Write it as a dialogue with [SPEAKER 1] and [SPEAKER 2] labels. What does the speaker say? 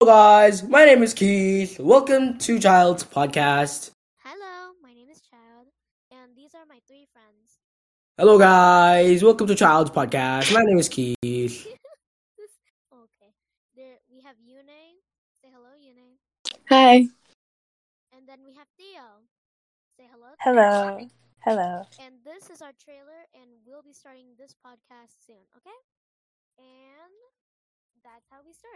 [SPEAKER 1] Hello, guys. My name is Keith. Welcome to Child's Podcast.
[SPEAKER 2] Hello, my name is Child, and these are my three friends.
[SPEAKER 1] Hello, guys. Welcome to Child's Podcast. My name is Keith.
[SPEAKER 2] okay, there we have Yune. Say hello, Yune.
[SPEAKER 3] Hi.
[SPEAKER 2] And then we have Theo. Say hello. Theo.
[SPEAKER 3] Hello. Hello.
[SPEAKER 2] And this is our trailer, and we'll be starting this podcast soon. Okay, and that's how we start.